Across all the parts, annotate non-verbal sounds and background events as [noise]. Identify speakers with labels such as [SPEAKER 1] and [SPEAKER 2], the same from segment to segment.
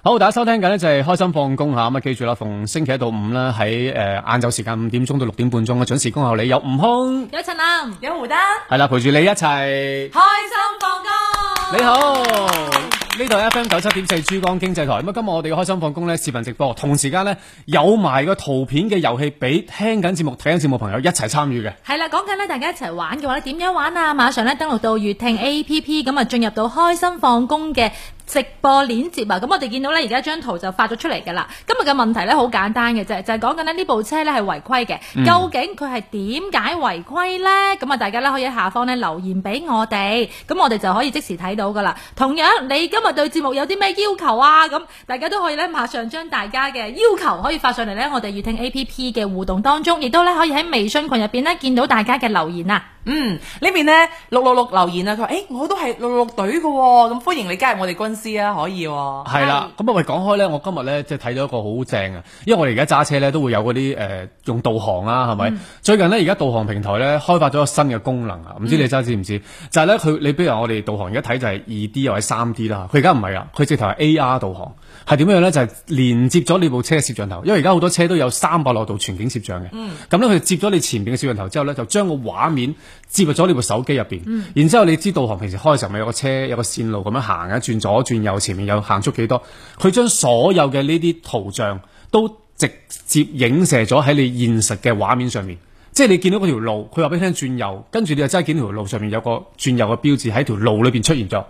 [SPEAKER 1] 好，大家收聽緊呢就係開心放工吓，咁啊記住啦，逢星期一到五啦，喺誒晏晝時間五點鐘到六點半鐘嘅準時恭候你有悟空，
[SPEAKER 2] 有陳林，有胡丹，
[SPEAKER 1] 係啦，陪住你一齊。
[SPEAKER 2] 開心放工。
[SPEAKER 1] 你好，呢度 FM 九七點四珠江經濟台。咁啊，今日我哋嘅開心放工咧視頻直播，同時間咧有埋個圖片嘅遊戲俾聽緊節目、睇緊節目朋友一齊參與嘅。
[SPEAKER 2] 係啦，講緊咧，大家一齊玩嘅話咧，點樣玩啊？馬上咧登錄到粵聽 A P P，咁啊進入到開心放工嘅直播鏈接啊！咁我哋見到咧，而家張圖就發咗出嚟㗎啦。今日嘅問題咧好簡單嘅啫，就係講緊咧呢部車咧係違規嘅，究竟佢係點解違規呢？咁啊，大家咧可以喺下方咧留言俾我哋，咁我哋就可以即時睇到㗎啦。同樣，你今日對節目有啲咩要求啊？咁大家都可以咧馬上將大家嘅要求可以發上嚟咧，我哋粵聽 A P P 嘅互動當中，亦都咧可以喺微信群入邊咧見到大家嘅留言啊！
[SPEAKER 3] 嗯，呢邊咧六六六留言啊，佢話：，誒、我都係六六六隊嘅喎，咁歡迎你加入我哋軍師啊，可以喎、
[SPEAKER 1] 係啦，咁啊喂，講開咧，我今日咧即係睇到一個好正啊，因為我哋而家揸車咧都會有嗰啲誒用導航啊，係咪？最近咧而家導航平台咧開發咗個新嘅功能啊，唔知你揸知唔知？就係咧佢你比如話我哋導航而家睇就係二 D 或者三 D 啦，佢而家唔係啊，佢直頭係 AR 導航，係點樣咧？就係、連接咗你部車嘅攝像頭，因為而家好多車都有三百六度全景攝像嘅，咁咧佢接咗你前邊嘅攝像頭之後咧，就將個畫面接入咗你部手機入邊，然之後你知導航平時開嘅時候咪有個車有個線路咁樣行啊，轉左轉右，前面有行出幾多，佢將所有嘅呢啲圖像都直接影射咗喺你現實嘅畫面上面。即係你見到嗰條路，佢話俾你聽轉右，跟住你就真係見到條路上面有個轉右嘅標誌喺條路裏邊出現咗。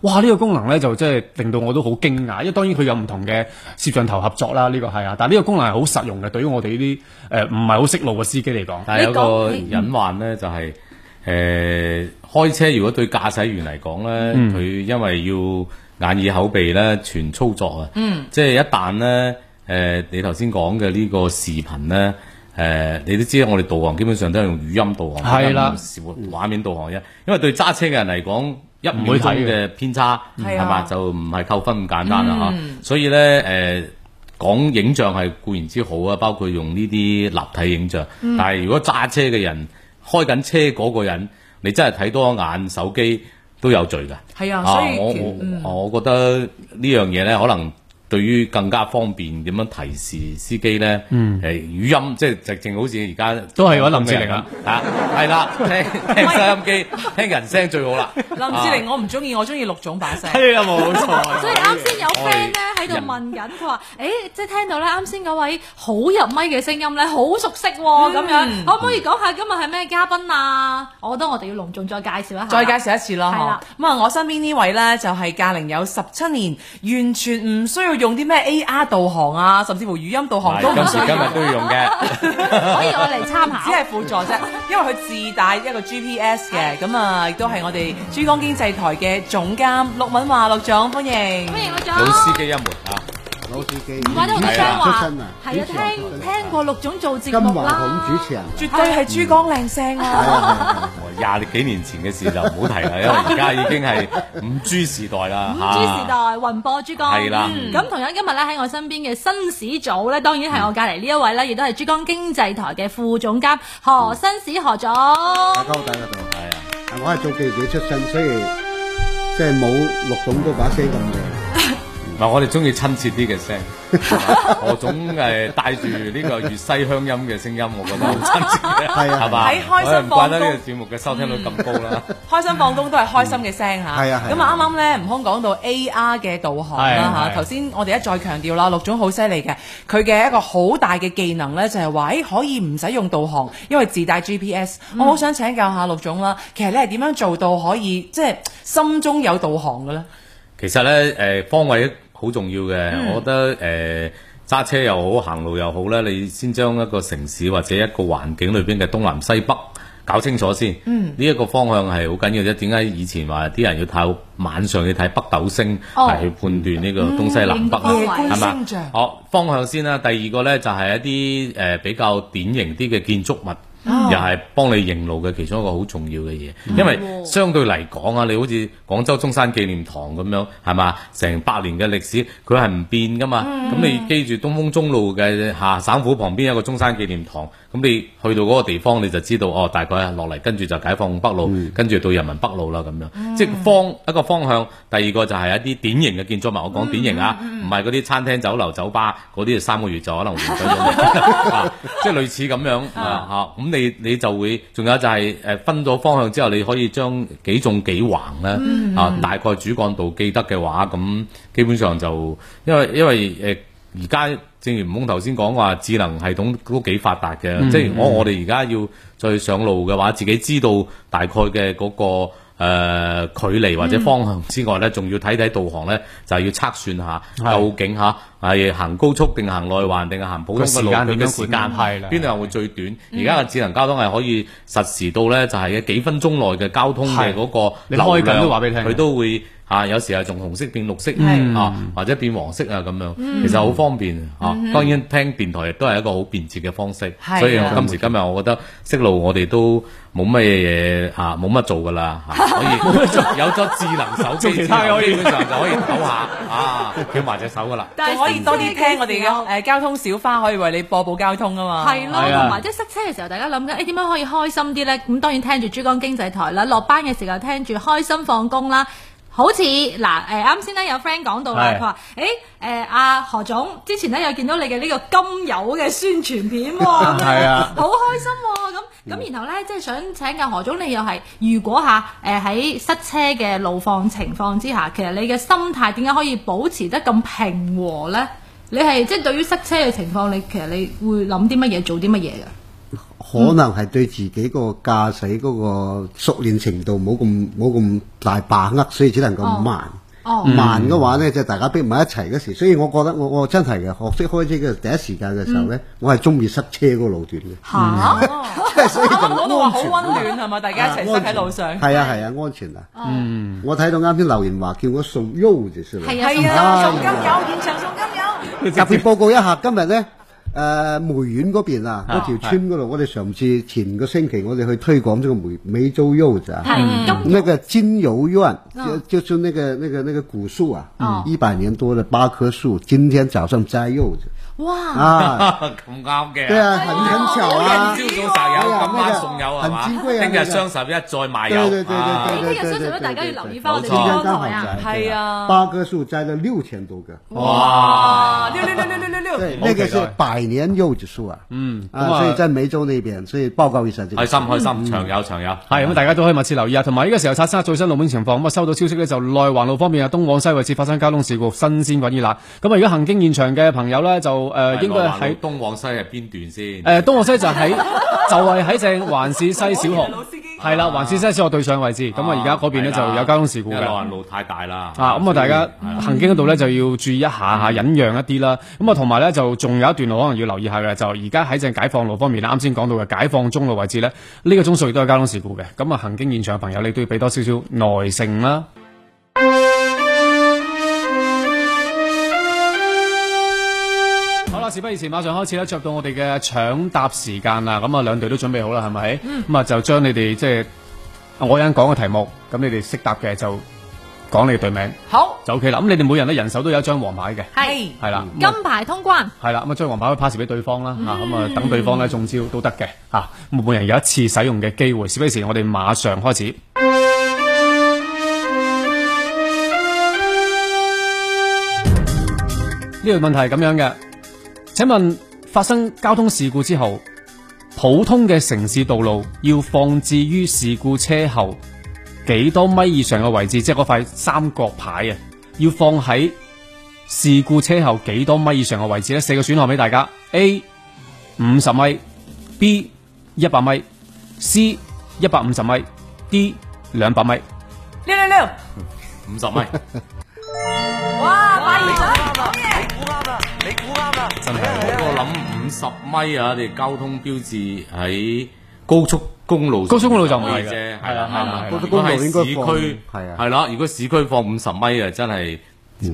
[SPEAKER 1] 哇！呢、個功能咧就真係令到我都好驚訝，因為當然佢有唔同嘅攝像頭合作啦，呢、個係啊，但呢個功能係好實用嘅，對於我哋呢啲誒唔係好識路嘅司機嚟講。
[SPEAKER 4] 但係有
[SPEAKER 2] 你
[SPEAKER 4] 個
[SPEAKER 2] 講你
[SPEAKER 4] 隱患咧，就係、誒、開車如果對駕駛員嚟講咧，
[SPEAKER 1] 嗯
[SPEAKER 4] 佢、因為要眼耳口鼻咧全操作啊，嗯、即係一旦咧誒、你頭先講嘅呢個視頻咧。誒、你都知我哋導航基本上都係用語音導航，
[SPEAKER 1] 係啦
[SPEAKER 4] 唔是畫面導航啫。因為對揸車嘅人嚟講，一
[SPEAKER 1] 唔
[SPEAKER 4] 唔
[SPEAKER 1] 會
[SPEAKER 4] 會
[SPEAKER 1] 睇
[SPEAKER 4] 睇
[SPEAKER 1] 嘅
[SPEAKER 4] 嘅偏差
[SPEAKER 3] 係
[SPEAKER 4] 係
[SPEAKER 3] 啊嗯
[SPEAKER 4] 嘛，就唔係扣分咁簡單啦嚇、所以咧誒、講影像係固然之好啊，包括用呢啲立體影像。
[SPEAKER 3] 嗯
[SPEAKER 4] 但係如果揸車嘅人開緊車嗰個人，你真係睇多眼手機都有罪㗎。
[SPEAKER 3] 係啊，所以
[SPEAKER 4] 我
[SPEAKER 3] 其
[SPEAKER 4] 我、
[SPEAKER 3] 嗯
[SPEAKER 4] 我覺得呢樣嘢咧，可能對於更加方便點樣提示司機咧，誒、語音即係直情好似而家
[SPEAKER 1] 嗯都係揾林志玲啊
[SPEAKER 4] 啊，係啦，聽聽收音機聽人聲最好啦。
[SPEAKER 3] 林志玲我唔中意，我中意陸總把聲。
[SPEAKER 1] 係啊，冇錯。
[SPEAKER 2] 所以啊啱先有 friend 咧喺度
[SPEAKER 4] 人
[SPEAKER 2] 問緊，佢話：，誒、哎即係聽到咧啱先嗰位好入咪嘅聲音咧，好熟悉喎、咁、樣可唔可以講下今日係咩嘉賓啊？我覺得我哋要隆重再介紹一下。
[SPEAKER 3] 再介紹一次
[SPEAKER 2] 係
[SPEAKER 3] 啦
[SPEAKER 2] 啦，
[SPEAKER 3] 嗬咁啊，我身邊呢位呢，就係駕齡有十七年，完全唔需要用啲咩 AR 導航啊，甚至乎語音導航
[SPEAKER 4] 係
[SPEAKER 3] 都唔
[SPEAKER 4] 今
[SPEAKER 3] 需
[SPEAKER 4] 時
[SPEAKER 3] 要，
[SPEAKER 4] 今日都要用嘅。
[SPEAKER 2] 可以我嚟參考
[SPEAKER 3] 只。係輔助啫。因為佢自帶一個 GPS 嘅，咁啊，亦都係我哋珠江經濟台嘅總監陸敏華陸總，歡迎。
[SPEAKER 2] 歡迎陸總。
[SPEAKER 4] 老司機一門啊！
[SPEAKER 5] 老司機，
[SPEAKER 2] 唔怪得好多 friend
[SPEAKER 5] 出
[SPEAKER 2] 話
[SPEAKER 5] 身啊，，
[SPEAKER 2] 係啊，聽啊聽過陸總做節
[SPEAKER 5] 金
[SPEAKER 2] 目
[SPEAKER 5] 華
[SPEAKER 2] 啦。
[SPEAKER 5] 紅主持人，
[SPEAKER 3] 絕對係珠江靚聲啊！
[SPEAKER 4] 我廿幾年前嘅事就唔好提啦，因為而家已經係五 G 時代啦。
[SPEAKER 2] 五 G 時代雲播珠江，
[SPEAKER 4] 係啦
[SPEAKER 2] 嗯咁同樣今日咧喺我身邊嘅新市組咧，當然係我隔離呢一位咧，亦都係珠江經濟台嘅副總監何新市何總。
[SPEAKER 5] 大家好，大家好。
[SPEAKER 4] 係啊，
[SPEAKER 5] 我係做記者出身，所以即係冇陸總嗰把聲咁靚。
[SPEAKER 4] 唔係我哋中意親切啲嘅聲。何總誒帶住呢個粵西鄉音嘅聲音，我覺得好親切嘅，
[SPEAKER 5] 係啊
[SPEAKER 4] 係嘛？
[SPEAKER 3] 喺開心
[SPEAKER 4] 我又唔怪得呢
[SPEAKER 3] 放
[SPEAKER 4] 個節目嘅收聽率咁高啦。
[SPEAKER 3] 開心放工都係開心嘅聲嚇，
[SPEAKER 5] 係啊係啊
[SPEAKER 3] 咁啊啱啱咧，吳空講到 AR 嘅導航啦
[SPEAKER 1] 係係
[SPEAKER 3] 嚇，頭先我哋一再強調啦，陸總好犀利嘅，佢嘅一個好大嘅技能咧就係話，誒可以唔使用導航，因為自帶 GPS。我好想請教下陸總啦，其實你係點樣做到可以即係心中有導航嘅咧？
[SPEAKER 4] 其實咧，誒、方位好重要嘅，我覺得誒呃揸、車又好，行路又好咧，你先將一個城市或者一個環境裏邊嘅東南西北搞清楚先。嗯，呢一個方向係好緊要啫。點解以前話啲人要睇晚上要睇北斗星
[SPEAKER 2] 哦
[SPEAKER 4] 嚟去判斷呢個東西南北啊？
[SPEAKER 2] 嗯夜
[SPEAKER 3] 觀
[SPEAKER 4] 係
[SPEAKER 3] 星
[SPEAKER 4] 嘛
[SPEAKER 3] 象？
[SPEAKER 4] 呃好方向先啦。第二個咧就係、一啲誒、比較典型啲嘅建築物。
[SPEAKER 2] 哦
[SPEAKER 4] 又係幫你認路嘅其中一個好重要嘅嘢。
[SPEAKER 2] 嗯
[SPEAKER 4] 因
[SPEAKER 2] 哦
[SPEAKER 4] 為相對嚟講啊，你好似廣州中山紀念堂咁樣，係嘛？成百年嘅歷史，佢係唔變噶嘛。
[SPEAKER 2] 嗯
[SPEAKER 4] 咁、你記住東風中路嘅下省府旁邊有個中山紀念堂，咁你去到嗰個地方你就知道哦，大概係落嚟跟住就解放北路，跟住到人民北路啦咁樣。即係方一個方向，第二個就係一啲典型嘅建築物。我講典型啊，唔係嗰啲餐廳、酒樓、酒吧嗰啲，三個月就可能換咗咗啊即係類似咁樣啊嚇。咁你你就會，仲有就係誒分咗方向之後，你可以將幾縱幾橫咧啊，大概主幹道記得嘅話，咁基本上就因為因為誒。而家正如吳空頭先講話，智能系統都幾發達嘅，
[SPEAKER 1] 嗯
[SPEAKER 4] 即係我我哋而家要再上路嘅話，自己知道大概嘅嗰、個、呃、距離或者方向之外咧，
[SPEAKER 1] 嗯
[SPEAKER 4] 仲、要睇睇導航咧，就係要測算下究竟嚇係行高速定行內環定係行普通嘅
[SPEAKER 1] 個時間
[SPEAKER 4] 路，佢
[SPEAKER 1] 點樣
[SPEAKER 4] 嘅時間
[SPEAKER 1] 管係啦嗯
[SPEAKER 4] 邊度會最短？而家嘅智能交通係可以實時到咧，就係、嘅幾分鐘內嘅交通嘅
[SPEAKER 1] 係
[SPEAKER 4] 嗰個
[SPEAKER 1] 你開緊
[SPEAKER 4] 流量
[SPEAKER 1] 都話俾你聽
[SPEAKER 4] 佢都會啊，有時係從紅色變綠色
[SPEAKER 1] 嗯
[SPEAKER 4] 啊，或者變黃色啊咁樣，其實好方便
[SPEAKER 1] 嗯
[SPEAKER 4] 啊。當然聽電台亦都係一個好便捷嘅方式
[SPEAKER 3] 係啊，
[SPEAKER 4] 所以我今時今日我覺得識路我哋都冇乜嘢嘢啊，冇乜做噶啦嚇，
[SPEAKER 1] [laughs]
[SPEAKER 4] 可以有咗智能手
[SPEAKER 1] 做
[SPEAKER 4] 機
[SPEAKER 1] 其
[SPEAKER 4] 之
[SPEAKER 1] 他嘢
[SPEAKER 4] 後，
[SPEAKER 1] 可以
[SPEAKER 4] 基本上就可以唞下
[SPEAKER 1] [laughs]
[SPEAKER 4] 啊，翹埋隻手噶啦。
[SPEAKER 2] 但係
[SPEAKER 3] 可以多啲聽我哋
[SPEAKER 2] 時候
[SPEAKER 3] 嘅誒交通小花，可以為你播報交通啊嘛。
[SPEAKER 2] 係咯，
[SPEAKER 1] 係啊
[SPEAKER 2] 同埋即係塞車嘅時候，大家諗緊誒哎點樣可以開心啲咧？咁當然聽住珠江經濟台啦，落班嘅時候聽住開心放工啦。好似嗱誒啱先咧有 friend 講到啦，
[SPEAKER 1] 係
[SPEAKER 2] 佢話誒誒阿何總之前咧有見到你嘅呢個金友嘅宣傳片喎，咁
[SPEAKER 1] [laughs]
[SPEAKER 2] 樣
[SPEAKER 1] 係啊嗯
[SPEAKER 2] 好開心喎、咁咁然後咧即係想請教何總，你又係如果嚇誒喺塞車嘅路況情況之下，其實你嘅心態點解可以保持得咁平和咧？你係即係對於塞車嘅情況，你其實你會諗啲乜嘢，做啲乜嘢嘅？
[SPEAKER 5] 可能係對自己個駕駛嗰個熟練程度冇咁冇咁大把握，所以只能夠慢。
[SPEAKER 2] 哦，
[SPEAKER 5] 慢嘅話呢，就大家逼埋一齊嗰時，所以我覺得我我真係嘅學識開車嘅第一時間嘅時候呢，我係中意塞車嗰個路段嘅，
[SPEAKER 2] 嗯嚇、
[SPEAKER 1] 嗯
[SPEAKER 5] 即係 [laughs] 所以就
[SPEAKER 3] 嗰度話好
[SPEAKER 5] 安全
[SPEAKER 2] 啊
[SPEAKER 3] 温暖係嘛？大家一齊塞喺路上。
[SPEAKER 5] 啊係啊係啊，安全
[SPEAKER 2] 哦
[SPEAKER 5] 啊！嗯，我睇到啱先留言話叫我送 U 就算啦。
[SPEAKER 2] 係啊
[SPEAKER 3] 係啊，送金友，現場送金友。
[SPEAKER 5] 特別報告一下，今
[SPEAKER 2] [laughs]
[SPEAKER 5] 日呢，誒、梅縣嗰邊啊，嗰條村嗰度，我哋上次前個星期我哋去推廣呢個梅梅州柚子啊，
[SPEAKER 2] 係嗯
[SPEAKER 4] 嗯
[SPEAKER 2] 咁
[SPEAKER 5] 那個金油苑，
[SPEAKER 2] 嗯
[SPEAKER 5] 就就是那個那個那個古樹啊
[SPEAKER 2] 嗯，
[SPEAKER 5] 一百、年多的八棵樹，今天早上摘柚子
[SPEAKER 2] 哇！
[SPEAKER 5] 啊，
[SPEAKER 4] [laughs] 咁啱嘅。
[SPEAKER 5] 對
[SPEAKER 2] [laughs]
[SPEAKER 5] 啊，很很巧
[SPEAKER 2] 哦
[SPEAKER 5] 啊，
[SPEAKER 4] 今朝早就有，
[SPEAKER 5] 哎呀
[SPEAKER 4] 今晚送有係嘛？
[SPEAKER 5] 很珍貴啊
[SPEAKER 4] 聽日
[SPEAKER 5] 呢個
[SPEAKER 4] 雙十一再賣
[SPEAKER 5] 對對
[SPEAKER 4] 有
[SPEAKER 5] 對
[SPEAKER 4] 啊
[SPEAKER 5] 對
[SPEAKER 2] 呢哎
[SPEAKER 5] 對
[SPEAKER 2] 個
[SPEAKER 5] 對
[SPEAKER 2] 相信
[SPEAKER 5] 對
[SPEAKER 2] 咧，大家
[SPEAKER 5] 對
[SPEAKER 2] 要留意
[SPEAKER 5] 對
[SPEAKER 2] 翻我哋
[SPEAKER 4] 冇
[SPEAKER 2] 珠
[SPEAKER 4] 錯
[SPEAKER 2] 江
[SPEAKER 5] 今天剛好
[SPEAKER 2] 台啊
[SPEAKER 5] 摘，，
[SPEAKER 3] 係啊
[SPEAKER 5] 八棵樹摘了六千多個，
[SPEAKER 3] 哇！溜溜溜溜溜
[SPEAKER 5] [laughs]
[SPEAKER 3] 溜溜。
[SPEAKER 5] 對，那個
[SPEAKER 1] 期
[SPEAKER 5] 是
[SPEAKER 1] 待
[SPEAKER 5] 百年柚子樹啊，嗯
[SPEAKER 1] 咁啊
[SPEAKER 5] 啊，所以在梅州那邊，所以報告一下這個
[SPEAKER 4] 開。心開
[SPEAKER 5] 嗯
[SPEAKER 4] 心，長有長有。
[SPEAKER 1] 係咁，大家都可以密切留意啊。同埋呢個時候刷新下最新路面情況。咁啊，收到消息呢，就內環路方面啊，東往西位置發生交通事故，新鮮滾熱辣。咁啊，如果行經現場嘅朋友呢，就誒、呃、應該喺
[SPEAKER 4] 係羅華路啊東往西係邊段
[SPEAKER 1] 誒
[SPEAKER 4] 先？
[SPEAKER 1] 東往西就喺就係喺正環市西小學
[SPEAKER 3] 老司機，
[SPEAKER 1] 係啦，環市西小學對上位置。咁啊，而家嗰邊呢，就有交通事故
[SPEAKER 4] 因為
[SPEAKER 1] 嘅。
[SPEAKER 4] 羅蘭路太大啦。
[SPEAKER 1] 啊，咁啊，大家
[SPEAKER 4] 係啦
[SPEAKER 1] 行經嗰度咧就要注意一下嚇，忍讓一啲啦。咁啊，同埋咧就仲有一段路可能要留意下嘅，就而家喺正解放路方面啦，啱先講到嘅解放中路位置咧，呢、個鐘數亦都有交通事故嘅。咁啊，行經現場嘅朋友，你都要俾多少少耐性啦。好啦，事不宜遲，馬上開始咧，着到我哋嘅搶答時間啦。咁啊，兩隊都準備好啦，係咪？咁啊，就將你哋即係我啱講嘅題目，咁你哋識答嘅就講你嘅隊名。
[SPEAKER 3] 好，
[SPEAKER 1] 就 OK 啦。咁你哋每人咧人手都有一張黃牌嘅，
[SPEAKER 2] 係
[SPEAKER 1] 係啦。咁啊
[SPEAKER 2] 金牌通關，
[SPEAKER 1] 係啦，咁啊將黃牌可以 pass 俾對方啦，嚇咁啊等對方咧中招都得嘅，嚇咁啊每人有一次使用嘅機會。事不宜遲，我哋馬上開始。呢個問題係咁樣嘅，請問發生交通事故之後，普通嘅城市道路要放置於事故車後幾多米以上嘅位置，即係嗰塊三角牌啊，要放喺事故車後幾多米以上嘅位置呢？四個選項俾大家：A 五十米，B 一百米，C 一百五十米，D 兩百米。
[SPEAKER 3] 溜溜溜。
[SPEAKER 4] 五
[SPEAKER 1] [laughs]
[SPEAKER 4] 十米，
[SPEAKER 3] 哇！發現咗，
[SPEAKER 4] 真係我諗五十米啊！你交通標誌喺高速公路上，
[SPEAKER 1] 高速公路就唔係嘅
[SPEAKER 4] 啫，
[SPEAKER 1] 係
[SPEAKER 4] 係
[SPEAKER 1] 啦
[SPEAKER 4] 啦
[SPEAKER 1] 係
[SPEAKER 4] 係
[SPEAKER 1] 啦
[SPEAKER 4] 啦。
[SPEAKER 5] 高速公路應該放
[SPEAKER 4] 如果喺市區
[SPEAKER 5] 係啊
[SPEAKER 4] 係啦。如果市區放五十米啊，真係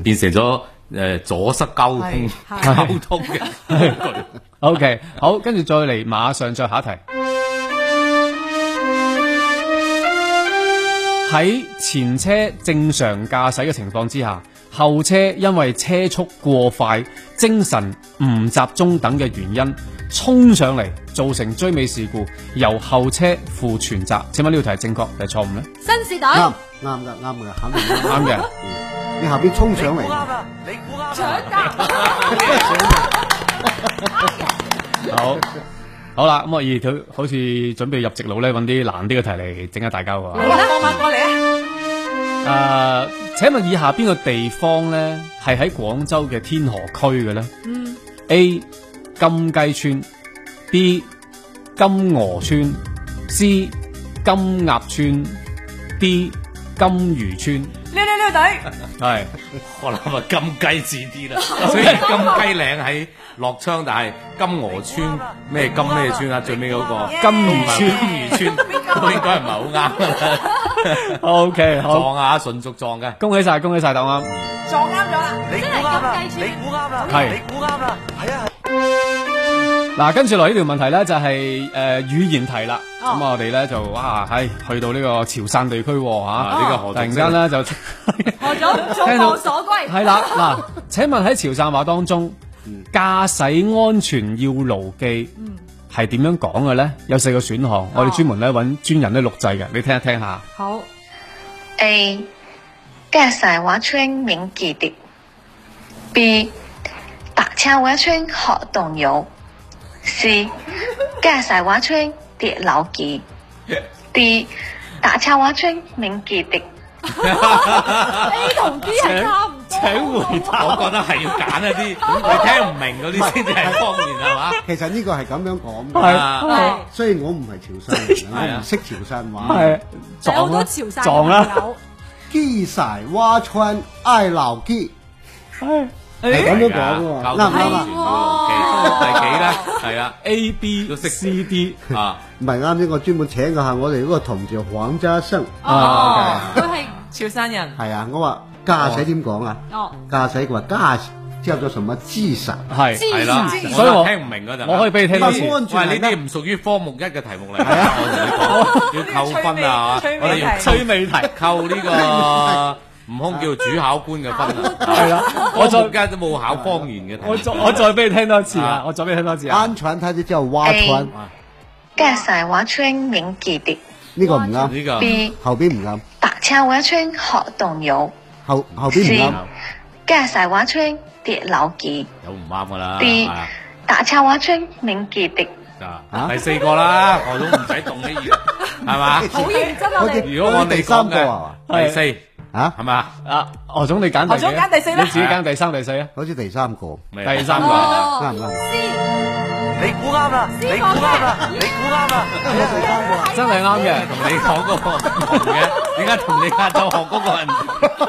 [SPEAKER 4] 變成咗誒阻塞交 [laughs] 通
[SPEAKER 3] 係 [laughs]
[SPEAKER 4] 交通嘅工具。
[SPEAKER 1] OK，好，跟住再嚟，馬上再下一題。喺前車正常駕駛嘅情況之下，後車因為車速過快、精神唔集中等嘅原因衝上嚟，造成追尾事故，由後車負全責。請問呢條題係正確定係錯誤呢？
[SPEAKER 2] 新時代，
[SPEAKER 1] 啊
[SPEAKER 5] 啱啱噶啱噶，肯定啱
[SPEAKER 1] 啱嘅。
[SPEAKER 5] 你後邊衝上嚟，
[SPEAKER 2] 搶答。
[SPEAKER 1] 好，好啦，咁我而佢好似準備入直路咧，揾啲難啲嘅題嚟整下大家喎。
[SPEAKER 3] 好啦，放馬過嚟啊！
[SPEAKER 1] 誒、請問啊以下邊個地方咧係喺廣州嘅天河區嘅咧？嗯，A 金雞村，B 金鵝村，C 金鴨村，D 金魚村。
[SPEAKER 3] 撩撩撩底，
[SPEAKER 1] 係
[SPEAKER 4] 我諗啊金雞似啲啦，雖然金雞嶺喺樂昌，但係金鵝村咩金咩村啊，最尾嗰個
[SPEAKER 1] 金魚
[SPEAKER 4] 金
[SPEAKER 1] 村。
[SPEAKER 4] 魚村都應該唔係好啱㗎啦，
[SPEAKER 1] O K，好，
[SPEAKER 4] 撞下順續撞嘅。
[SPEAKER 1] 恭喜晒，恭喜晒，答啱。
[SPEAKER 3] 撞啱咗啦！
[SPEAKER 6] 你
[SPEAKER 2] 真係
[SPEAKER 6] 估啱啦，
[SPEAKER 2] 咁計算
[SPEAKER 6] 你估啱啦，
[SPEAKER 1] 係
[SPEAKER 6] 你估啱啦，係啊，
[SPEAKER 1] 嗱，跟住落呢條問題咧就係、誒、語言題啦。咁、
[SPEAKER 2] 哦
[SPEAKER 1] 我哋咧就哇，係去到呢個潮汕地區喎嚇，
[SPEAKER 4] 啊呢個何
[SPEAKER 1] 突然
[SPEAKER 4] 俊
[SPEAKER 1] 間
[SPEAKER 4] 升
[SPEAKER 1] 咧就。
[SPEAKER 4] [laughs]
[SPEAKER 2] 何咗眾
[SPEAKER 1] 聽到
[SPEAKER 2] 望所歸，
[SPEAKER 1] 系啦，嗱，請問喺潮汕話當中，駕駛安全要牢記係點樣講嘅咧？有四個選項，我哋專門咧揾專人咧錄製嘅，你聽一聽下。
[SPEAKER 2] 好
[SPEAKER 7] A. 駕駛畫窗免記的。B. 打車畫窗學動搖。C. 駕駛畫窗跌樓記。D. 打車畫窗免記的。
[SPEAKER 2] A 同 B 係差唔多。
[SPEAKER 4] 我覺得係要揀一啲你聽唔明嗰啲先至係方言係嘛？
[SPEAKER 5] 其實呢個係咁樣講
[SPEAKER 1] 係
[SPEAKER 5] 嘅。
[SPEAKER 4] 啊
[SPEAKER 2] 係
[SPEAKER 5] 雖然我唔係啊潮汕人，我唔識潮汕話。
[SPEAKER 1] 係
[SPEAKER 2] 有好
[SPEAKER 1] 撞
[SPEAKER 2] 多
[SPEAKER 1] 啦
[SPEAKER 2] 潮，汕啊
[SPEAKER 1] 撞
[SPEAKER 2] 嘅
[SPEAKER 1] 啦，
[SPEAKER 2] 朋友，
[SPEAKER 5] 基柴蛙川愛鬧基，係咁樣講嘅喎，
[SPEAKER 4] 交通
[SPEAKER 5] 啱唔啱
[SPEAKER 4] 安
[SPEAKER 5] 啊
[SPEAKER 4] 全？嗰個記第幾咧？係啊，A、B、C、D 啊。
[SPEAKER 5] 唔係啱啲，我專門請過下我哋嗰個同事黃家生，
[SPEAKER 2] 哦，佢係
[SPEAKER 3] 潮汕人，
[SPEAKER 5] 係啊，我話駕駛點講啊？
[SPEAKER 2] 哦，
[SPEAKER 5] 駕駛佢話駕叫做什麼姿勢？
[SPEAKER 1] 係
[SPEAKER 2] 知
[SPEAKER 4] 係啦，
[SPEAKER 2] 知
[SPEAKER 1] 所以我
[SPEAKER 4] 聽唔明嗰陣，
[SPEAKER 1] 我可以俾你聽多次
[SPEAKER 5] 唔係安全
[SPEAKER 4] 喂，呢
[SPEAKER 5] 係咩
[SPEAKER 4] 啲唔屬於科目一嘅題目嚟，我同你講，要扣分啊！
[SPEAKER 3] 催
[SPEAKER 4] 我哋
[SPEAKER 3] 尾
[SPEAKER 4] 要
[SPEAKER 3] 題
[SPEAKER 4] 催尾題，扣呢個悟空叫做主考官嘅分啊！
[SPEAKER 1] 係啦，我
[SPEAKER 4] 科目
[SPEAKER 1] 再
[SPEAKER 4] 一都冇考方言嘅題目
[SPEAKER 1] 我再我再俾你聽多次啊
[SPEAKER 4] 啊，
[SPEAKER 1] 我再俾你聽多次啊。
[SPEAKER 5] 安全它就叫蛙川，
[SPEAKER 7] 駕駛畫窗免記的。
[SPEAKER 5] 呢個唔啱，
[SPEAKER 4] 呢個
[SPEAKER 7] B.
[SPEAKER 5] 後邊唔啱，
[SPEAKER 7] 打車畫窗學動搖。
[SPEAKER 5] 後後邊唔啱，
[SPEAKER 7] 駕駛畫窗跌樓記。
[SPEAKER 4] 有唔啱噶啦，
[SPEAKER 7] D.
[SPEAKER 4] 係啊
[SPEAKER 7] 打車畫窗免記的。
[SPEAKER 4] 啊第四個啦，我都唔使動呢嘢，係嘛？
[SPEAKER 2] 好認真啊
[SPEAKER 5] 好
[SPEAKER 2] 你
[SPEAKER 5] 似。
[SPEAKER 4] 如果我
[SPEAKER 5] 第
[SPEAKER 4] 哋
[SPEAKER 5] 三
[SPEAKER 4] 講
[SPEAKER 5] 個啊
[SPEAKER 4] 嘅，
[SPEAKER 1] 係
[SPEAKER 4] 第四
[SPEAKER 5] 啊，
[SPEAKER 4] 係嘛？
[SPEAKER 1] 啊，何總你揀第幾啊
[SPEAKER 3] 何總揀第四啦
[SPEAKER 1] 你自己揀第三、第四啊？
[SPEAKER 5] 好似第三個
[SPEAKER 1] 第
[SPEAKER 2] Ờ,
[SPEAKER 1] 三個
[SPEAKER 2] à?
[SPEAKER 5] 啱唔啱？
[SPEAKER 2] 知
[SPEAKER 6] 你估啱啦，你估啱啦，你估啱啦，係啊。
[SPEAKER 1] 真係啱嘅。
[SPEAKER 4] 同你講嗰個唔同嘅，點解同你亞洲學嗰個人唔同？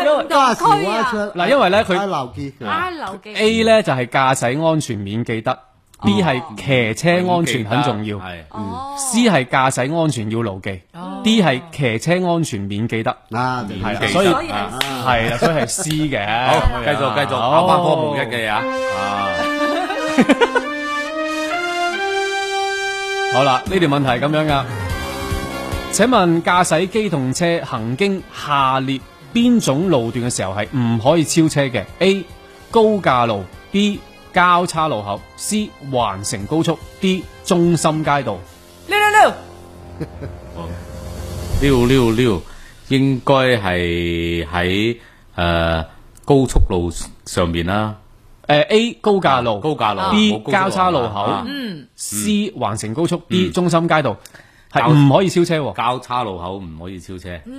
[SPEAKER 5] 駕駛蛙川，
[SPEAKER 1] 嗱，因為咧佢
[SPEAKER 5] 愛啊鬧基，
[SPEAKER 2] I 留記
[SPEAKER 1] A 咧就係駕駛安全免記得，B 係騎車安全很重要
[SPEAKER 4] 係。
[SPEAKER 2] 哦
[SPEAKER 1] ，C 係駕駛安全要牢記，D 係騎車安全免記得，
[SPEAKER 5] 啊，係
[SPEAKER 1] 係
[SPEAKER 5] 啦
[SPEAKER 1] 啦，所以
[SPEAKER 2] 所以係
[SPEAKER 4] À,
[SPEAKER 1] 啊係啦，所以係 C 嘅。
[SPEAKER 4] 好，
[SPEAKER 1] 咁樣
[SPEAKER 4] 繼續繼續
[SPEAKER 1] 好
[SPEAKER 4] 考翻科目一嘅嘢啊！啊，
[SPEAKER 1] 好啦，呢條問題係咁啊樣噶。請問駕駛機動車行經下列邊種路段嘅時候係唔可以超車嘅？A. 高架路，B. 交叉路口，C. 環城高速，D. 中心街道。
[SPEAKER 3] 撩撩撩，
[SPEAKER 4] 溜溜溜，應該係喺誒高速路上面啦，
[SPEAKER 1] 誒 A 高架路，
[SPEAKER 4] 高架路
[SPEAKER 1] B
[SPEAKER 4] 冇高速路啊
[SPEAKER 1] 交叉路口
[SPEAKER 4] 啊，嗯
[SPEAKER 1] 嗯，C 環城高速，D 中心街道，係
[SPEAKER 4] 交
[SPEAKER 1] 唔可以超車喎。
[SPEAKER 4] 交叉路口唔可以超車。
[SPEAKER 6] 你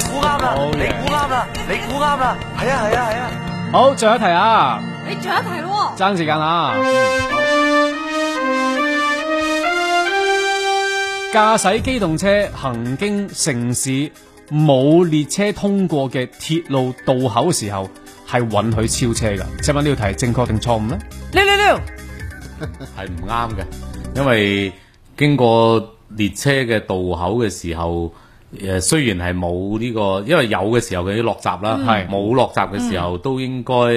[SPEAKER 6] 估啱啦，你估啱啦，你估啱啦，係啊係啊係啊。
[SPEAKER 1] 好，最後一題啊，
[SPEAKER 2] 你仲有一題咯
[SPEAKER 1] 爭時間啦。駕駛機動車行經城市冇列車通過嘅鐵路渡口時候，係允許超車㗎。請問呢條題正確定錯誤呢？
[SPEAKER 3] 撩撩撩，
[SPEAKER 4] 係唔啱嘅，因為經過列車嘅渡口嘅時候，誒、雖然係冇呢個，因為有嘅時候佢要落閘啦，
[SPEAKER 1] 係
[SPEAKER 4] 冇落閘嘅時候、都應該誒、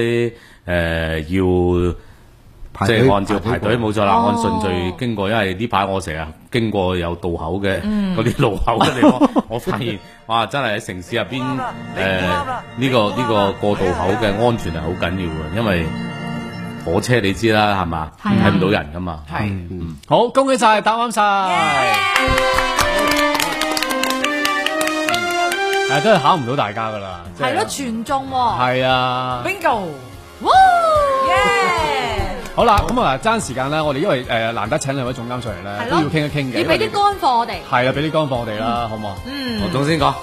[SPEAKER 4] 要
[SPEAKER 5] 排
[SPEAKER 4] 即
[SPEAKER 5] 隊
[SPEAKER 4] 係按照排隊
[SPEAKER 5] 隊過
[SPEAKER 4] 冇錯啦，
[SPEAKER 2] 哦
[SPEAKER 4] 按順序經過，因為呢排我成日經過有渡口嘅
[SPEAKER 2] 嗯
[SPEAKER 4] 嗰啲路口嘅地
[SPEAKER 2] [laughs]
[SPEAKER 4] 方，我發現哇，真係喺城市入邊誒呢個呢個過渡口嘅安全係好緊要嘅，因為火車你知啦係嘛，
[SPEAKER 2] 係啊
[SPEAKER 4] 睇唔到人噶嘛。
[SPEAKER 3] 係
[SPEAKER 1] 好，恭喜晒，答啱晒。誒，都係考唔到大家噶啦。即係
[SPEAKER 2] 係咯，全中喎。
[SPEAKER 1] 係啊。
[SPEAKER 3] bingo，
[SPEAKER 2] 哇！
[SPEAKER 1] 好啦，咁啊，爭時間啦，我哋因為誒難得請兩位總監上嚟咧，
[SPEAKER 2] 係
[SPEAKER 1] 都
[SPEAKER 2] 咯
[SPEAKER 1] 要傾一傾嘅。
[SPEAKER 2] 要俾啲嗯乾貨我哋。
[SPEAKER 1] 係啊啦，俾啲乾貨我哋啦，好唔好？
[SPEAKER 4] 我總哦先講，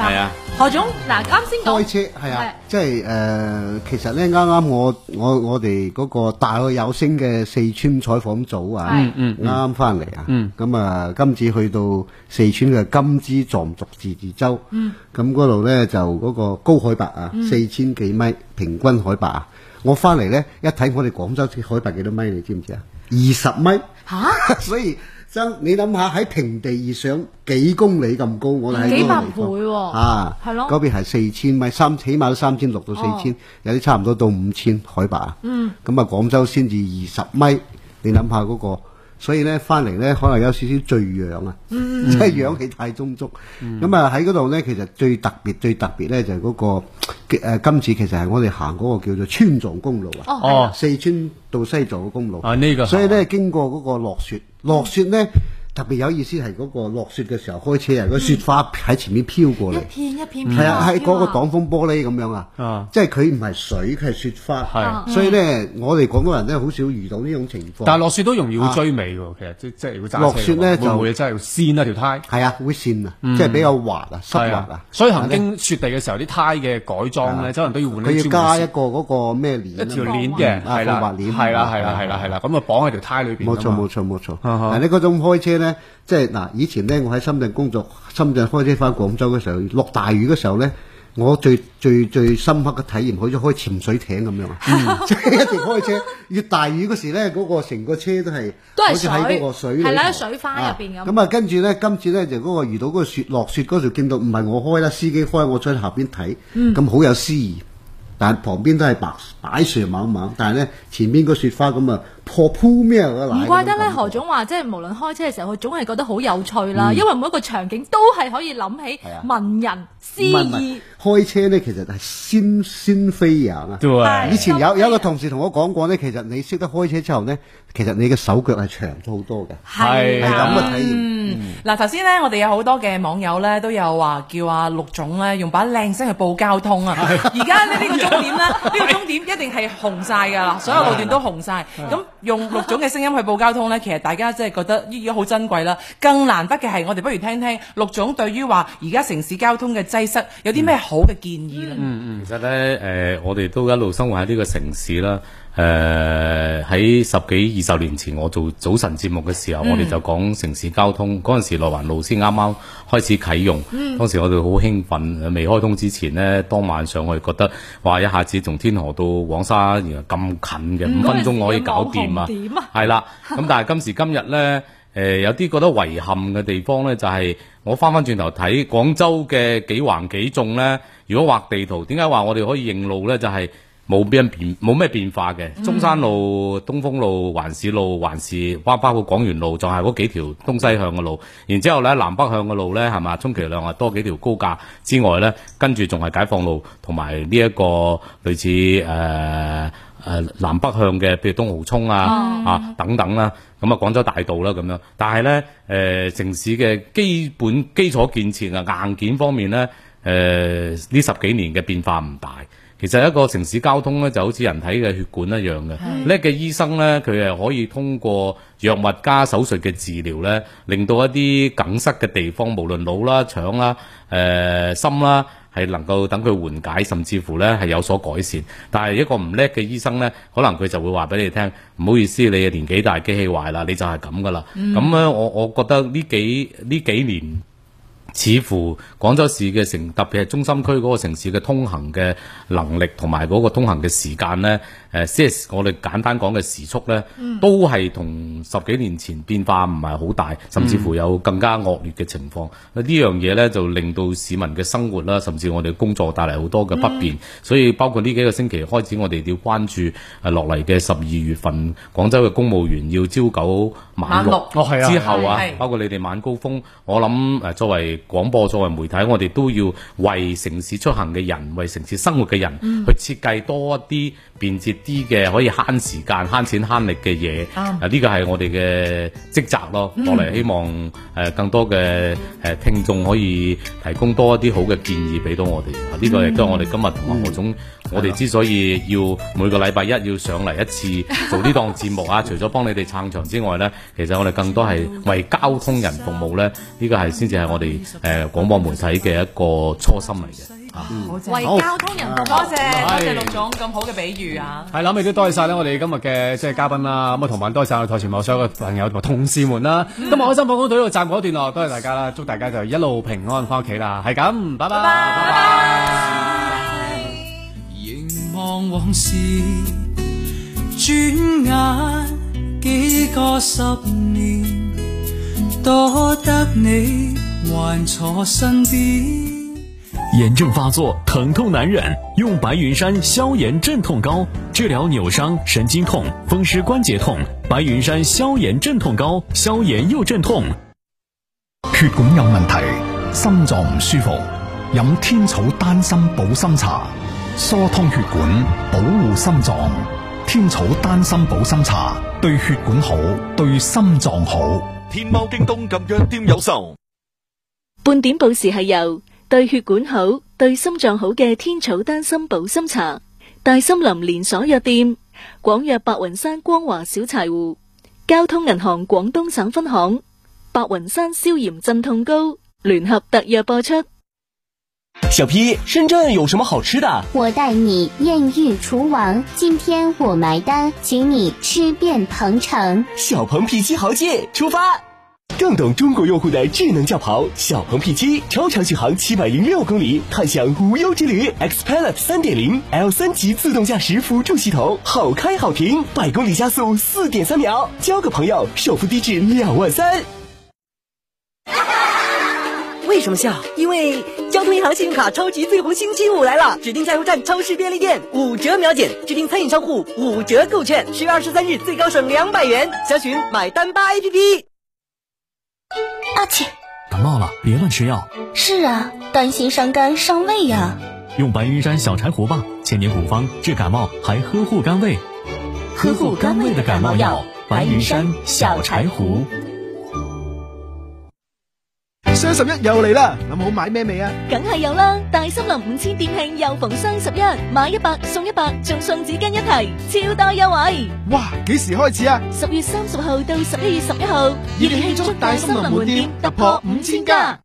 [SPEAKER 2] 嗱
[SPEAKER 4] 係啊，
[SPEAKER 2] 何總，嗱啱先
[SPEAKER 5] 開
[SPEAKER 2] 講
[SPEAKER 5] 車係
[SPEAKER 2] 係
[SPEAKER 5] 啊，即係誒、呃其實咧啱啱我我我哋嗰個大愛有聲嘅四川採訪組啊，
[SPEAKER 2] 係
[SPEAKER 5] 啱啱翻嚟啊，咁啊、今次去到四川嘅甘孜藏族自治州，
[SPEAKER 2] 嗯
[SPEAKER 5] 咁嗰度咧就嗰個高海拔啊，四千幾米平均海拔啊，我翻嚟咧一睇我哋廣州海拔幾多米，你知唔知啊？二十米。
[SPEAKER 2] 吓，
[SPEAKER 5] [laughs] 所以真你諗下喺平地而上幾公里咁高，我哋喺
[SPEAKER 2] 幾
[SPEAKER 5] 嗰
[SPEAKER 2] 百
[SPEAKER 5] 個地方
[SPEAKER 2] 倍喎
[SPEAKER 5] 啊，
[SPEAKER 2] 係咯
[SPEAKER 5] 嗰邊係四千米，三起碼都三千六
[SPEAKER 2] 哦
[SPEAKER 5] 到四千、有啲差唔多到五千海拔啊。嗯，咁啊，廣州先至二十米，你諗下嗰個。所以咧，翻嚟咧，可能有少少醉氧啊，
[SPEAKER 2] 嗯
[SPEAKER 5] 即係氧氣太充足。
[SPEAKER 1] 嗯
[SPEAKER 5] 咁啊喺嗰度咧，其實最特別、最特別咧就係嗰、個嘅、呃今次其實係我哋行嗰個叫做川藏公路啊。
[SPEAKER 2] 哦係
[SPEAKER 1] 哦
[SPEAKER 2] 啦，
[SPEAKER 5] 四川到西藏嘅公路
[SPEAKER 1] 啊呢個
[SPEAKER 5] 所以咧經過嗰個落雪，落雪咧特別有意思係嗰個落雪嘅時候開車啊，個雪花喺前面飄過嚟
[SPEAKER 2] 一，片一片
[SPEAKER 5] 係啊，喺嗰個
[SPEAKER 2] 檔
[SPEAKER 5] 擋風玻璃咁樣
[SPEAKER 1] 嗯啊
[SPEAKER 5] 啊，即係佢唔係水，佢係雪花，
[SPEAKER 1] 係
[SPEAKER 5] 所以咧我哋廣東人咧好少遇到呢種情況，
[SPEAKER 1] 但係落雪都容易會追尾喎，其實即即係如果揸車嘅話
[SPEAKER 5] 落雪呢
[SPEAKER 1] 會唔會
[SPEAKER 5] 就
[SPEAKER 1] 真係要跣啊條胎？
[SPEAKER 5] 係啊會跣啊，即係比較滑啊，濕
[SPEAKER 1] 嗯係
[SPEAKER 5] 滑啊，
[SPEAKER 1] 所以行經雪地嘅時候，啲胎嘅改裝咧，
[SPEAKER 5] 啊
[SPEAKER 1] 可能都要換
[SPEAKER 5] 佢
[SPEAKER 1] 啲
[SPEAKER 5] 要
[SPEAKER 1] 專
[SPEAKER 5] 加
[SPEAKER 1] 門
[SPEAKER 5] 一個嗰個咩鏈
[SPEAKER 1] 一條
[SPEAKER 5] 啊
[SPEAKER 1] 鏈嘅，
[SPEAKER 5] 嗯啊
[SPEAKER 1] 係啦
[SPEAKER 5] 防滑，鏈
[SPEAKER 1] 係啦，係啦，係啦，係啦，咁啊綁喺條胎裏邊㗎
[SPEAKER 5] 冇
[SPEAKER 1] 嘛。
[SPEAKER 5] 錯冇錯冇錯，
[SPEAKER 1] 啊哈
[SPEAKER 5] 但係咧嗰種開車咧，即係嗱，以前咧我喺深圳工作，深圳開車翻廣州嘅時候，落大雨嘅時候咧，我最最最深刻嘅體驗，好似開潛水艇咁樣啊，
[SPEAKER 1] 嗯
[SPEAKER 5] [laughs] 即係一直開車，越大雨嗰時咧，嗰、個成個車都係
[SPEAKER 2] 都係
[SPEAKER 5] 好似喺嗰
[SPEAKER 2] 水
[SPEAKER 5] 個水裏頭
[SPEAKER 2] 係啦喺水花入邊咁
[SPEAKER 5] 啊咁啊，跟住咧，今次咧就嗰個遇到嗰個雪落雪嗰時，見到唔係我開啦，司機開，我坐喺下邊睇，
[SPEAKER 2] 嗯
[SPEAKER 5] 咁好有詩意。但係旁邊都係白擺樹猛猛，但係咧前面個雪花咁啊破鋪咩個奶咁樣啊
[SPEAKER 2] 唔怪得咧，
[SPEAKER 5] 感覺
[SPEAKER 2] 何總話即係無論開車嘅時候，佢總係覺得好有趣啦，因為每一個場景都係可以諗起
[SPEAKER 5] 係啊
[SPEAKER 2] 文人詩
[SPEAKER 5] 唔係唔係
[SPEAKER 2] 意。
[SPEAKER 5] 開車咧，其實係先先飛人啊！
[SPEAKER 1] 對
[SPEAKER 2] 係
[SPEAKER 5] 以前
[SPEAKER 2] 先飛
[SPEAKER 5] 有
[SPEAKER 2] 人
[SPEAKER 5] 有一個同事同我講過咧，其實你識得開車之後咧，其實你嘅手腳係長咗好多嘅，
[SPEAKER 1] 係
[SPEAKER 5] 係
[SPEAKER 2] 啊
[SPEAKER 5] 咁嘅體驗。
[SPEAKER 3] 嗱頭先咧，我哋有好多嘅網友咧都有話叫阿陸總咧用把靚聲去報交通啊！而家呢呢個終點咧，呢個終點一定係紅晒㗎啦，所有路段都紅晒。咁用陸總嘅聲音去報交通咧，其實大家真係覺得呢個好珍貴啦。更難得嘅係，我哋不如聽聽陸總對於話而家城市交通嘅擠塞有啲咩好嘅建議啦。
[SPEAKER 4] 其實咧，誒、我哋都一路生活喺呢個城市啦。誒、喺十幾二十年前，我做早晨節目嘅時候，我哋就講城市交通。嗰陣時，內環路先啱啱開始啟用，當時我哋好興奮。未開通之前呢，當晚上我哋覺得，哇！一下子從天河到黃沙，原來咁近嘅，五、分鐘可以搞掂
[SPEAKER 2] 嗰陣時嘅網紅點啊
[SPEAKER 4] 係啦，咁但係今時今日呢，誒、有啲覺得遺憾嘅地方呢，就係、我翻翻轉頭睇廣州嘅幾橫幾縱呢。如果畫地圖，點解話我哋可以認路呢？就係冇咩變，冇咩變化嘅。中山路、東風路、環市路、環市，包包括廣園路，就係嗰幾條東西向嘅路。然之後呢，南北向嘅路呢，係嘛？充其量係多幾條高架之外呢，跟住仲係解放路同埋呢一個類似誒。呃誒、南北向嘅，譬如東濠涌啊、啊等等啦，咁啊廣州大道啦咁樣。但係咧誒城市嘅基本基礎建設啊硬件方面咧誒呢十幾年嘅變化唔大。其實一個城市交通咧就好似人體嘅血管一樣嘅，叻嘅醫生咧佢係可以通過藥物加手術嘅治療咧，令到一啲梗塞嘅地方，無論腦啦、腸啦、誒、呃心啦。係能夠等佢緩解，甚至乎呢係有所改善。但係一個唔叻嘅醫生呢，可能佢就會話俾你聽：唔好意思，你嘅年紀大，機器壞啦，你就係咁噶啦。咁咧、我我覺得呢幾呢幾年。似乎廣州市嘅城，特別係中心區嗰個城市嘅通行嘅能力同埋嗰個通行嘅時間呢，誒、即係我哋簡單講嘅時速呢，都係同十幾年前變化唔係好大，甚至乎有更加惡劣嘅情況。呢樣嘢呢，就令到市民嘅生活啦，甚至我哋工作帶嚟好多嘅不便。所以包括呢幾個星期開始，我哋要關注誒落嚟嘅十二月份廣州嘅公務員要朝九晚
[SPEAKER 3] 晚
[SPEAKER 4] 六。
[SPEAKER 3] 六
[SPEAKER 1] 哦係啊
[SPEAKER 4] 之後啊
[SPEAKER 3] 係，
[SPEAKER 4] 包括你哋晚高峰，我諗誒作為廣播、作為媒體，我哋都要為城市出行嘅人、為城市生活嘅人，去設計多一啲便捷啲嘅，可以慳時間、慳錢慳力嘅嘢。啊，呢個係我哋嘅職責咯。我嚟希望誒、呃更多嘅誒聽眾可以提供多一啲好嘅建議俾到我哋。啊，呢、個亦都係我哋今日同阿何總，我哋之所以要每個禮拜一要上嚟一次做呢檔節目啊，除咗幫你哋撐場之外呢，其實我哋更多係為交通人服務呢。呢、個係先至係我哋誒廣播媒體嘅一個初心嚟嘅。
[SPEAKER 3] 好正
[SPEAKER 2] 為
[SPEAKER 1] 好
[SPEAKER 2] 交通人服
[SPEAKER 3] 多
[SPEAKER 2] 務
[SPEAKER 3] 謝。多謝
[SPEAKER 8] 哎
[SPEAKER 1] 係
[SPEAKER 3] 陸總咁好嘅比喻啊！
[SPEAKER 1] 係啦，咁亦都多謝晒咧，我哋今日嘅即係嘉賓啦，咁啊同埋多謝晒我哋台前幕後所有嘅朋友同埋同事們啦。今日開心放工到呢度暫告一段落，多謝大家啦，祝大家就一路平安翻屋企啦，係咁，拜拜
[SPEAKER 8] 凝望往事，轉眼幾個十年，多得你還坐身邊。
[SPEAKER 9] 炎症发作、疼痛难忍，用白云山消炎镇痛膏治疗扭伤、神经痛、风湿关节痛。白云山消炎镇痛膏，消炎又镇痛。
[SPEAKER 10] 血管有問題，心臟唔舒服，飲天草丹參保心茶，疏通血管，保護心臟。天草丹參保心茶對血管好，對心臟好。
[SPEAKER 11] 天貓、京東及藥店有售。
[SPEAKER 12] 半點報時係由對血管好、對心臟好嘅天草丹參保心茶、大森林連鎖藥店、廣藥白雲山光華小柴胡、交通銀行廣東省分行、白雲山消炎鎮痛膏聯合特約播出。
[SPEAKER 8] 小 P，深圳有什么好吃的？
[SPEAKER 12] 我带你艳遇厨王，今天我埋单，请你吃遍鹏城。
[SPEAKER 8] 小鹏 P 七豪劲，出发！正懂中国用户的智能轿跑小鹏 P 七，超长续航七百零六公里，探享无忧之旅。X Pilot 三点零 L 三级自动驾驶辅助系统，好开好停，百公里加速四点三秒，交个朋友，首付低至两万三。
[SPEAKER 6] 为什么笑？因为交通银行信用卡超级最红星期五来了！指定加油站、超市、便利店五折秒减，指定餐饮商户五折购券。十月二十三日最高省两百元，详询买单吧 APP。
[SPEAKER 12] 阿嚏！
[SPEAKER 9] 感冒了别乱吃药，
[SPEAKER 12] 是啊，担心伤肝伤胃呀、
[SPEAKER 9] 用白云山小柴胡吧，千年古方治感冒，还呵护肝胃。呵护肝胃的感冒药，白云山小柴胡。
[SPEAKER 10] 雙十一又嚟啦，諗好買咩未啊？
[SPEAKER 12] 梗係有啦！大森林五千店慶又逢雙十一，買一百送一百，仲送紙巾一提，超多優惠！
[SPEAKER 10] 哇，幾時開始啊？
[SPEAKER 12] 十月三十號到十一月十一號，
[SPEAKER 10] 熱烈慶祝大森林門店突破5000家！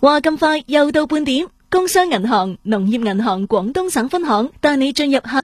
[SPEAKER 12] 話咁快又到半點，工商銀行、農業銀行廣東省分行帶你進入下。